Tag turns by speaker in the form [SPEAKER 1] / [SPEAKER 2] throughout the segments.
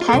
[SPEAKER 1] 台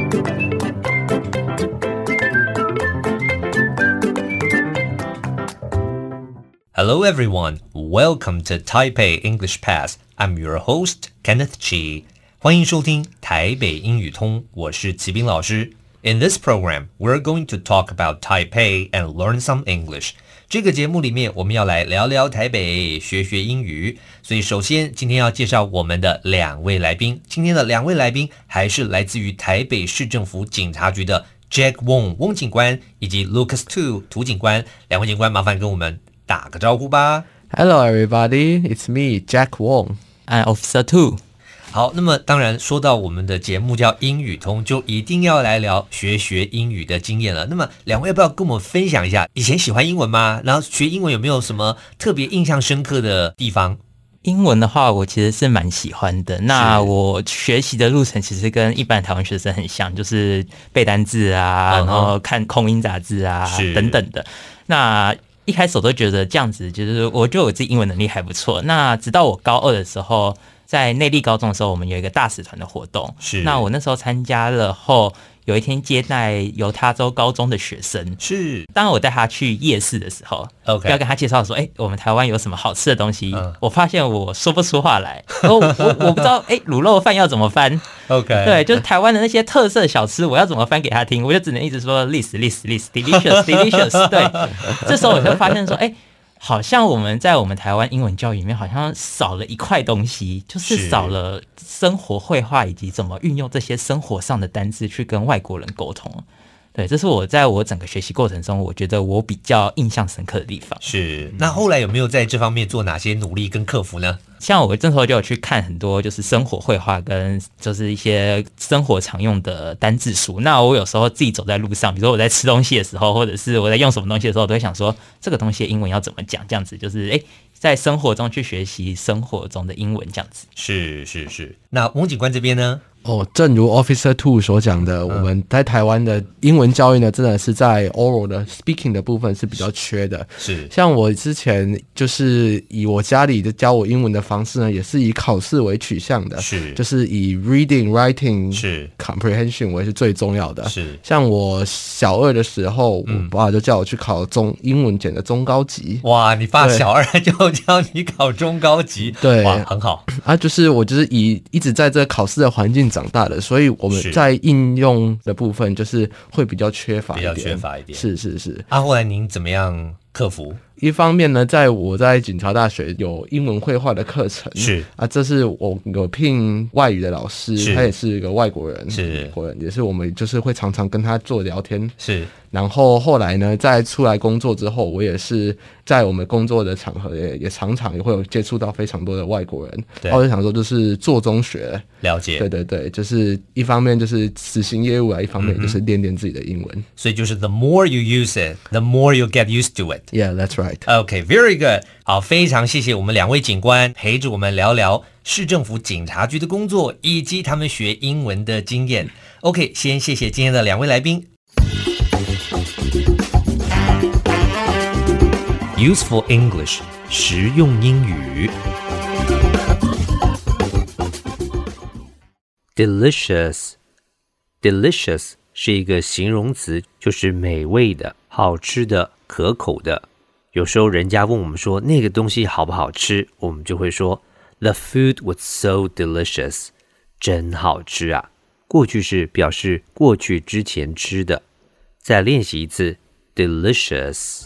[SPEAKER 2] Hello, everyone. Welcome to Taipei English Pass. I'm your host Kenneth Chi. 欢迎收听台北英语通，我是齐斌老师。In this program, we're going to talk about Taipei and learn some English. 这个节目里面，我们要来聊聊台北，学学英语。所以，首先今天要介绍我们的两位来宾。今天的两位来宾还是来自于台北市政府警察局的 Jack Wong 翁警官以及 Lucas Two 涂警官。两位警官，麻烦跟我们打个招呼吧。
[SPEAKER 3] Hello, everybody. It's me, Jack Wong.
[SPEAKER 4] I'm Officer Two。
[SPEAKER 2] 好，那么当然说到我们的节目叫英语通，就一定要来聊学学英语的经验了。那么两位要不要跟我们分享一下以前喜欢英文吗？然后学英文有没有什么特别印象深刻的地方？
[SPEAKER 4] 英文的话，我其实是蛮喜欢的。那我学习的路程其实跟一般台湾学生很像，就是背单字啊，
[SPEAKER 2] 嗯哼
[SPEAKER 4] 然后看空音杂志啊
[SPEAKER 2] 是
[SPEAKER 4] 等等的。那一开始我都觉得这样子，就是我觉得我自己英文能力还不错。那直到我高二的时候，在内地高中的时候，我们有一个大使团的活动。
[SPEAKER 2] 是
[SPEAKER 4] 那我那时候参加了后，有一天接待犹他州高中的学生，
[SPEAKER 2] 是
[SPEAKER 4] 当我带他去夜市的时候
[SPEAKER 2] OK
[SPEAKER 4] 要跟他介绍说，哎、我们台湾有什么好吃的东西？
[SPEAKER 2] 嗯
[SPEAKER 4] 我发现我说不出话来，然后我我我不知道，哎、卤肉饭要怎么翻？
[SPEAKER 2] OK，
[SPEAKER 4] 对，就是台湾的那些特色小吃，我要怎么翻给他听？我就只能一直说 list list list delicious delicious。对，这时候我就发现说，哎、好像我们在我们台湾英文教育里面好像少了一块东西，就是
[SPEAKER 2] 是
[SPEAKER 4] 少了生活绘画以及怎么运用这些生活上的单字去跟外国人沟通。对，这是我在我整个学习过程中，我觉得我比较印象深刻的地方。
[SPEAKER 2] 是，那后来有没有在这方面做哪些努力跟克服呢？
[SPEAKER 4] 像我这时候就有去看很多就是生活绘画跟就是一些生活常用的单字书。那我有时候自己走在路上，比如说我在吃东西的时候，或者是我在用什么东西的时候，我都会想说这个东西的英文要怎么讲，这样子就是诶、在生活中去学习生活中的英文这样子。
[SPEAKER 2] 是是是，那翁警官这边呢？
[SPEAKER 3] 哦，正如 Officer Two 所讲
[SPEAKER 2] 嗯
[SPEAKER 3] 的，我们在台湾的英文教育呢，真的是在 oral 的 speaking 的部分是比较缺的。
[SPEAKER 2] 是
[SPEAKER 3] 像我之前就是以我家里的教我英文的方式呢，也是以考试为取向的，
[SPEAKER 2] 是
[SPEAKER 3] 就是以 reading、writing、
[SPEAKER 2] 是
[SPEAKER 3] comprehension 为是最重要的。
[SPEAKER 2] 是嗯
[SPEAKER 3] 像我小二的时候，我爸就叫我去考中英文检的中高级。
[SPEAKER 2] 哇，你爸
[SPEAKER 3] 对
[SPEAKER 2] 小二就教你考中高级，
[SPEAKER 3] 对
[SPEAKER 2] 哇，很好，
[SPEAKER 3] 啊，就是我就是以一直在这个考试的环境长大的，所以我
[SPEAKER 2] 是
[SPEAKER 3] 们在应用的部分就是会比较缺乏
[SPEAKER 2] 比
[SPEAKER 3] 一
[SPEAKER 2] 较
[SPEAKER 3] 点，
[SPEAKER 2] 缺乏一点。
[SPEAKER 3] 是是是，
[SPEAKER 2] 啊，后来您怎么样克服？
[SPEAKER 3] 一方面呢，在我在警察大学有英文绘画的课程，
[SPEAKER 2] 是
[SPEAKER 3] 啊，这是我有聘外语的老师，
[SPEAKER 2] 是
[SPEAKER 3] 他也是一个外国人，
[SPEAKER 2] 是
[SPEAKER 3] 美国人，也是我们就是会常常跟他做聊天。
[SPEAKER 2] 是
[SPEAKER 3] 然后后来呢，在出来工作之后，我也是在我们工作的场合也也常常也会有接触到非常多的外国人，
[SPEAKER 2] 对
[SPEAKER 3] 然后我就想说，就是做中学，
[SPEAKER 2] 了解
[SPEAKER 3] 对，对对，就是一方面就是执行业务啊，一方面就是练练自己的英文。
[SPEAKER 2] 所以就是 the more you use it, the more you get used to it。
[SPEAKER 3] Yeah, that's right.
[SPEAKER 2] OK, very good。好，非常谢谢我们两位警官陪着我们聊聊市政府警察局的工作以及他们学英文的经验。OK，先谢谢今天的两位来宾。Useful English，实用英语。
[SPEAKER 5] delicious。delicious 是一个形容词，就是美味的、好吃的、可口的。有时候人家问我们说那个东西好不好吃，我们就会说 The food was so delicious，真好吃啊。过去式表示过去之前吃的。再练习一次 delicious。